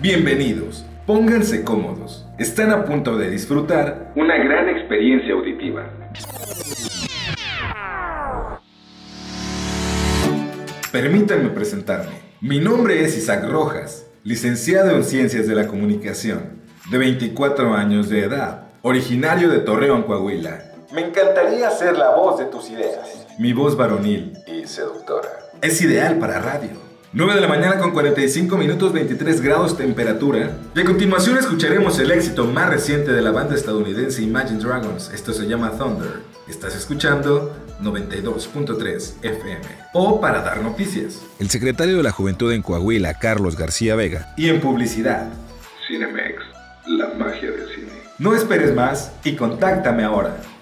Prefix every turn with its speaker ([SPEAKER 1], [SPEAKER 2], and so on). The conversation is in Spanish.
[SPEAKER 1] Bienvenidos, pónganse cómodos. Están a punto de disfrutar una gran experiencia auditiva. Permítanme presentarme. Mi nombre es Isaac Rojas, licenciado en Ciencias de la Comunicación, de 24 años de edad, originario de Torreón, Coahuila. Me encantaría ser la voz de tus ideas. Mi voz varonil y seductora. Es ideal para radio. 9 de la mañana con 45 minutos 23 grados temperatura. Y a continuación escucharemos el éxito más reciente de la banda estadounidense Imagine Dragons. Esto se llama Thunder. Estás escuchando 92.3 FM. O para dar noticias.
[SPEAKER 2] El secretario de la Juventud en Coahuila, Carlos García Vega.
[SPEAKER 1] Y en publicidad.
[SPEAKER 3] Cinemex, la magia del cine.
[SPEAKER 1] No esperes más y contáctame ahora.